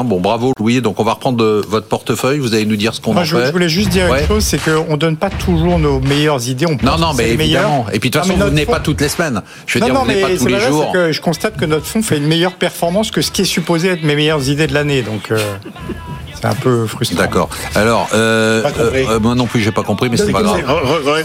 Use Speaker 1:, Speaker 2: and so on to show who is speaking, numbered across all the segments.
Speaker 1: Hein, Bon, bravo Louis. Donc on va reprendre de votre portefeuille. Vous allez nous dire ce qu'on
Speaker 2: Moi,
Speaker 1: en
Speaker 2: je,
Speaker 1: fait.
Speaker 2: je voulais juste dire
Speaker 1: Ouais.
Speaker 2: une chose, c'est qu'on donne pas toujours nos meilleures idées. On
Speaker 1: Non,
Speaker 2: pense
Speaker 1: non,
Speaker 2: que
Speaker 1: mais
Speaker 2: c'est les
Speaker 1: évidemment.
Speaker 2: meilleures.
Speaker 1: Et puis de toute
Speaker 2: Non,
Speaker 1: façon,
Speaker 2: mais
Speaker 1: vous
Speaker 2: notre
Speaker 1: venez pas
Speaker 2: fonds-
Speaker 1: toutes les semaines. Je veux
Speaker 2: Non,
Speaker 1: dire,
Speaker 2: non,
Speaker 1: vous venez
Speaker 2: mais
Speaker 1: pas tous
Speaker 2: c'est
Speaker 1: les
Speaker 2: pas vrai,
Speaker 1: jours.
Speaker 2: c'est que je constate que notre fonds fait une meilleure performance que ce qui est supposé être mes meilleures idées de l'année. Donc, euh, c'est un peu frustrant.
Speaker 1: D'accord. Alors, euh,
Speaker 3: Pas compris.
Speaker 1: euh, euh, moi non plus, j'ai pas compris, mais c'est pas grave.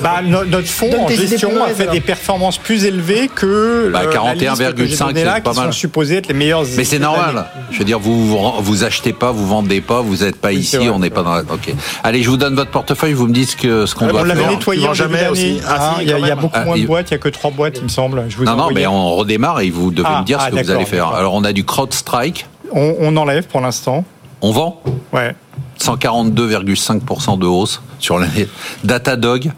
Speaker 2: Bah, no- notre fonds
Speaker 4: Donne
Speaker 2: en
Speaker 4: tes idées plus
Speaker 2: gestion a
Speaker 4: mauvaises,
Speaker 2: fait
Speaker 4: alors.
Speaker 2: des performances plus élevées que
Speaker 1: Bah,
Speaker 2: euh, la
Speaker 1: 41,5,
Speaker 2: liste que j'ai donnée
Speaker 1: c'est
Speaker 2: là,
Speaker 1: pas
Speaker 2: qui
Speaker 1: mal.
Speaker 2: sont supposées être les meilleures idées
Speaker 1: Mais c'est
Speaker 2: de l'année.
Speaker 1: normal. Je veux dire, vous, vous vous achetez pas, vous vendez pas, vous êtes pas
Speaker 2: Oui,
Speaker 1: ici,
Speaker 2: c'est vrai,
Speaker 1: on n'est pas dans. La... Ok. Allez, je vous donne votre portefeuille. Vous me dites ce que ce qu'on
Speaker 2: On
Speaker 1: doit
Speaker 2: l'avait
Speaker 1: faire.
Speaker 2: nettoyé
Speaker 3: Ils
Speaker 2: en
Speaker 3: vont
Speaker 2: jamais
Speaker 3: jamais aussi. Ah, si,
Speaker 2: il y, a-
Speaker 3: quand
Speaker 2: il y a
Speaker 3: même.
Speaker 2: beaucoup
Speaker 1: Ah,
Speaker 2: moins
Speaker 1: il-
Speaker 2: de boîtes, il n'y a que trois boîtes, il me semble. Je vous ai
Speaker 1: Non, non,
Speaker 2: envoyé.
Speaker 1: mais
Speaker 2: on...
Speaker 1: on redémarre et vous devez
Speaker 2: Ah,
Speaker 1: me dire ce
Speaker 2: ah,
Speaker 1: que vous
Speaker 2: d'accord,
Speaker 1: allez faire.
Speaker 2: d'accord.
Speaker 1: Alors, on a du CrowdStrike.
Speaker 2: on enlève pour l'instant.
Speaker 1: On vend
Speaker 2: Ouais,
Speaker 1: 142,5% de hausse sur l'année. Datadog.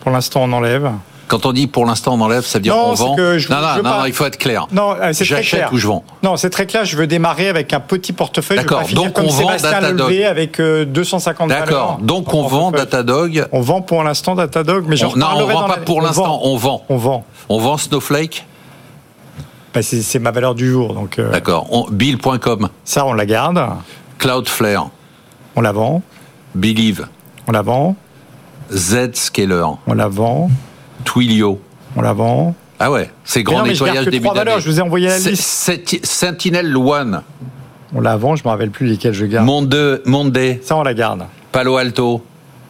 Speaker 2: pour l'instant, on enlève.
Speaker 1: Quand on dit pour l'instant on enlève, ça veut dire
Speaker 2: Non,
Speaker 1: on
Speaker 2: c'est
Speaker 1: vend.
Speaker 2: que je-
Speaker 1: non,
Speaker 2: je
Speaker 1: non,
Speaker 2: veux
Speaker 1: non,
Speaker 2: pas-
Speaker 1: non, il faut être clair.
Speaker 2: Non, euh, c'est très
Speaker 1: J'achète
Speaker 2: clair.
Speaker 1: ou je vends
Speaker 2: Non, c'est très clair. Je veux démarrer avec un petit portefeuille. Je veux
Speaker 1: D'accord,
Speaker 2: pas finir
Speaker 1: donc
Speaker 2: comme
Speaker 1: on vend
Speaker 2: Sébastien
Speaker 1: Datadog.
Speaker 2: Levé avec euh, 250
Speaker 1: D'accord.
Speaker 2: valeurs
Speaker 1: Donc
Speaker 2: en
Speaker 1: on vend
Speaker 2: portefeuille.
Speaker 1: Datadog.
Speaker 2: On vend pour l'instant Datadog, mais j'en
Speaker 1: On- non, on
Speaker 2: reparlerai
Speaker 1: vend
Speaker 2: dans
Speaker 1: pas
Speaker 2: la-
Speaker 1: pour
Speaker 2: on
Speaker 1: l'instant,
Speaker 2: vend.
Speaker 1: on vend.
Speaker 2: On vend.
Speaker 1: On vend Snowflake.
Speaker 2: Bah, c'est c'est ma valeur du jour, donc euh,
Speaker 1: D'accord. On- Bill.com,
Speaker 2: ça on la garde,
Speaker 1: Cloudflare,
Speaker 2: on la vend,
Speaker 1: Believe,
Speaker 2: on la vend,
Speaker 1: Zscaler,
Speaker 2: on la vend,
Speaker 1: Twilio.
Speaker 2: on la vend.
Speaker 1: Ah ouais, c'est
Speaker 2: Mais
Speaker 1: grand
Speaker 2: non, mais je garde
Speaker 1: nettoyage
Speaker 2: que
Speaker 1: début
Speaker 2: trois valeurs,
Speaker 1: d'année.
Speaker 2: je vous ai envoyé la
Speaker 1: Se-
Speaker 2: liste.
Speaker 1: Seti- Sentinel One,
Speaker 2: On la vend, je me rappelle plus lesquelles je garde.
Speaker 1: Monde, Monday,
Speaker 2: Ça on la garde,
Speaker 1: Palo Alto,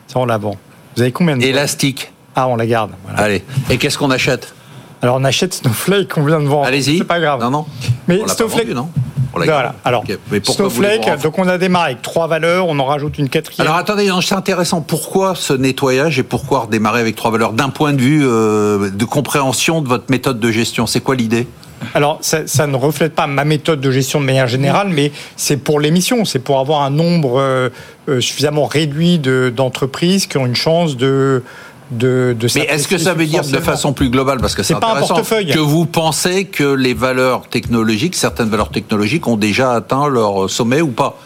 Speaker 2: ça on la vend. Vous avez combien de
Speaker 1: Elastic.
Speaker 2: Ah on la garde. voilà.
Speaker 1: Allez. Et qu'est-ce qu'on achète
Speaker 2: Alors on achète Snowflake, on vient de vendre.
Speaker 1: Allez-y.
Speaker 2: C'est pas grave.
Speaker 1: Non, non.
Speaker 2: Mais
Speaker 1: On l'a pas
Speaker 2: Snowflake,
Speaker 1: vendu, non On l'a
Speaker 2: Voilà.
Speaker 1: gardé.
Speaker 2: Alors,
Speaker 1: Ok. Mais pourquoi vous voulez qu'on en
Speaker 2: Snowflake, donc on a démarré avec trois valeurs, on en rajoute une quatrième.
Speaker 1: Alors attendez, non, c'est intéressant. Pourquoi ce nettoyage et pourquoi redémarrer avec trois valeurs d'un point de vue euh, de compréhension de votre méthode de gestion C'est quoi l'idée
Speaker 2: Alors, ça, ça ne reflète pas ma méthode de gestion de manière générale, mais c'est pour l'émission, c'est pour avoir un nombre euh, euh, suffisamment réduit de- d'entreprises qui ont une chance de... de, de
Speaker 1: Mais est-ce que ça veut dire de
Speaker 2: s'apprécier
Speaker 1: façon plus globale, parce que c'est
Speaker 2: C'est pas un
Speaker 1: intéressant,
Speaker 2: portefeuille.
Speaker 1: que vous pensez que les valeurs technologiques, certaines valeurs technologiques, ont déjà atteint leur sommet ou pas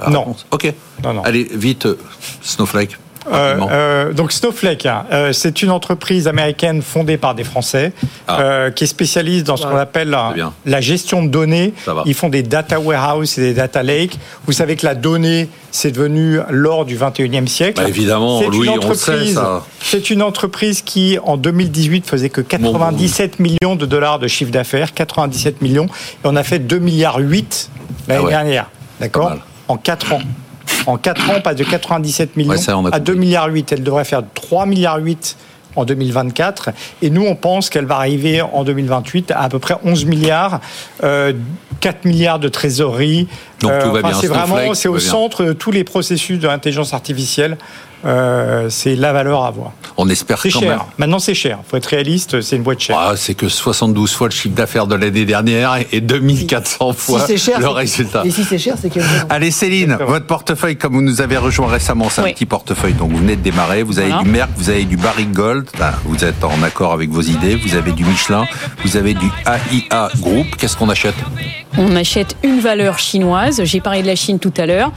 Speaker 1: La
Speaker 2: Non.
Speaker 1: réponse. Ok.
Speaker 2: Non, non.
Speaker 1: Allez, vite, euh, Snowflake.
Speaker 2: Euh,
Speaker 1: rapidement.
Speaker 2: euh, donc Snowflake, hein, euh, c'est une entreprise américaine fondée par des Français
Speaker 1: Ah.
Speaker 2: euh, qui est spécialiste dans ce qu'on appelle euh,
Speaker 1: bien.
Speaker 2: la gestion de données.
Speaker 1: Ça va.
Speaker 2: Ils font des data warehouse et des data lakes. Vous savez que la donnée, c'est devenu l'or du 21e siècle.
Speaker 1: Bah, évidemment,
Speaker 2: C'est une
Speaker 1: Louis, on le
Speaker 2: entreprise-
Speaker 1: sait, ça.
Speaker 2: C'est une entreprise qui, en 2018, faisait que 97 millions de dollars de chiffre d'affaires, 97 millions, et on a fait 2 milliards 8 l'année
Speaker 1: Ah ouais.
Speaker 2: dernière.
Speaker 1: Pas
Speaker 2: D'accord
Speaker 1: mal.
Speaker 2: En 4 ans. En 4 ans, on passe de 97 millions
Speaker 1: Ouais, ça, on a
Speaker 2: à
Speaker 1: compris.
Speaker 2: 2 milliards 8. Elle devrait faire 3 milliards 8 en 2024. Et nous, on pense qu'elle va arriver en 2028 à à peu près 11 milliards, euh, 4 milliards de trésorerie. Euh,
Speaker 1: Donc, tout va bien,
Speaker 2: C'est vraiment,
Speaker 1: Snowflake,
Speaker 2: c'est
Speaker 1: tout
Speaker 2: au
Speaker 1: va bien.
Speaker 2: centre de tous les processus de l'intelligence artificielle. Euh, c'est la valeur à avoir.
Speaker 1: On espère
Speaker 2: C'est
Speaker 1: quand
Speaker 2: cher.
Speaker 1: même.
Speaker 2: Maintenant, c'est cher. Faut être réaliste. C'est une boîte chère.
Speaker 1: Ah, c'est que 72 fois le chiffre d'affaires de l'année dernière et 2400
Speaker 4: Si
Speaker 1: fois
Speaker 4: c'est cher,
Speaker 1: le
Speaker 4: c'est-
Speaker 1: résultat.
Speaker 4: Et si c'est cher, c'est qu'il y a une raison.
Speaker 1: Allez Céline, votre portefeuille, comme vous nous avez rejoint récemment, c'est un
Speaker 5: Oui.
Speaker 1: petit portefeuille, donc vous venez de démarrer, vous avez
Speaker 5: Voilà.
Speaker 1: du Merck, vous avez du Barrick Gold, Ah, vous êtes en accord avec vos idées, vous avez du Michelin, vous avez du AIA Group, qu'est-ce qu'on achète
Speaker 5: On achète une valeur chinoise. J'ai parlé de la Chine tout à l'heure.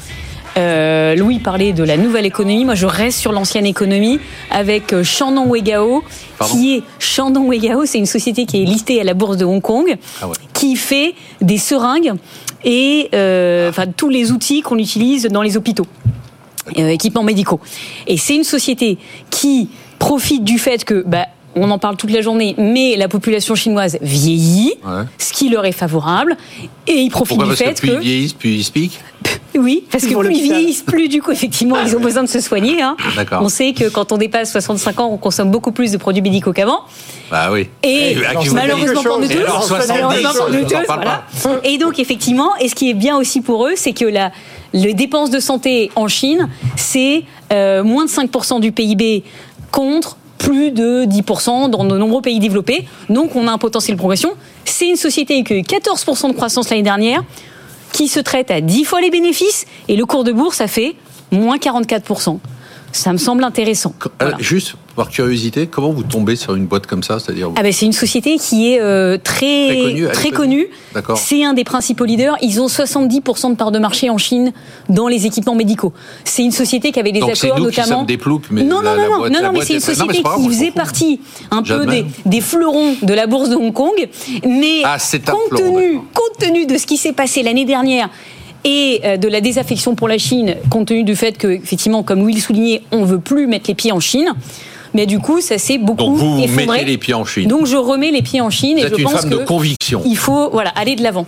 Speaker 5: Euh, Louis parlait de la nouvelle économie. Moi, je reste sur l'ancienne économie avec euh, Shandong Weigao,
Speaker 1: Pardon
Speaker 5: qui est Shandong Weigao, c'est une société qui est listée à la bourse de Hong Kong,
Speaker 1: Ah ouais.
Speaker 5: qui fait des seringues et euh, enfin tous les outils qu'on utilise dans les hôpitaux euh, équipements médicaux. Et c'est une société qui profite du fait que, bah, on en parle toute la journée, mais la population chinoise vieillit,
Speaker 1: Ouais.
Speaker 5: ce qui leur est favorable, et ils profitent
Speaker 1: Pourquoi
Speaker 5: du
Speaker 1: Parce que
Speaker 5: fait
Speaker 1: plus
Speaker 5: que,
Speaker 1: ils vieillissent, plus ils speak
Speaker 5: oui, parce que
Speaker 4: Ils vont à
Speaker 5: plus ils
Speaker 4: l'hôpital.
Speaker 5: vieillissent, plus du coup, effectivement, ils ont besoin de se soigner. hein.
Speaker 1: D'accord.
Speaker 5: On sait que quand on dépasse 65 ans, on consomme beaucoup plus de produits médicaux qu'avant.
Speaker 1: Bah oui.
Speaker 5: Et
Speaker 1: à qui vous
Speaker 5: malheureusement pour nous
Speaker 1: Et
Speaker 5: tous,
Speaker 1: alors, 70,
Speaker 5: malheureusement pour nous
Speaker 1: on en
Speaker 5: tous,
Speaker 1: parle
Speaker 5: voilà. Et donc effectivement, et ce qui est bien aussi pour eux, c'est que la les dépenses de santé en Chine, c'est euh, moins de 5% du PIB contre plus de 10% dans de nombreux pays développés. Donc on a un potentiel de progression. C'est une société qui a eu 14% de croissance l'année dernière qui se traite à 10 fois les bénéfices et le cours de bourse, ça fait moins 44%. Ça me semble intéressant. Voilà.
Speaker 1: Alors, euh, Juste par curiosité, comment vous tombez sur une boîte comme ça C'est-à-dire,
Speaker 5: Ah ben, c'est une société qui est euh, très
Speaker 1: Très connue, elle est
Speaker 5: très
Speaker 1: connue.
Speaker 5: connue.
Speaker 1: D'accord.
Speaker 5: C'est un des principaux leaders. Ils ont 70% de part de marché en Chine dans les équipements médicaux. C'est une société qui avait des
Speaker 1: Donc, c'est
Speaker 5: accords
Speaker 1: nous qui
Speaker 5: notamment.
Speaker 1: sommes des ploucs, mais
Speaker 5: non,
Speaker 1: la-
Speaker 5: non,
Speaker 1: la
Speaker 5: non,
Speaker 1: boîte-
Speaker 5: non,
Speaker 1: la
Speaker 5: non, mais
Speaker 1: boîte
Speaker 5: c'est une
Speaker 1: est- non, mais c'est
Speaker 5: société
Speaker 1: pas grave,
Speaker 5: qui
Speaker 1: on s'en
Speaker 5: faisait
Speaker 1: fout.
Speaker 5: partie un peu
Speaker 1: J'admets.
Speaker 5: des, des fleurons de la bourse de Hong Kong, mais
Speaker 1: Ah, c'est un
Speaker 5: compte
Speaker 1: fleuron,
Speaker 5: tenu
Speaker 1: d'accord.
Speaker 5: compte tenu de ce qui s'est passé l'année dernière et euh, de la désaffection pour la Chine, compte tenu du fait que, effectivement, comme Will soulignait, on veut plus mettre les pieds en Chine, mais du coup, ça s'est beaucoup
Speaker 1: Donc vous, vous
Speaker 5: effondré.
Speaker 1: mettez les pieds en Chine.
Speaker 5: Donc je remets les pieds en Chine
Speaker 1: vous
Speaker 5: et
Speaker 1: êtes
Speaker 5: je
Speaker 1: une
Speaker 5: pense
Speaker 1: femme de
Speaker 5: que
Speaker 1: conviction.
Speaker 5: il faut voilà aller de l'avant.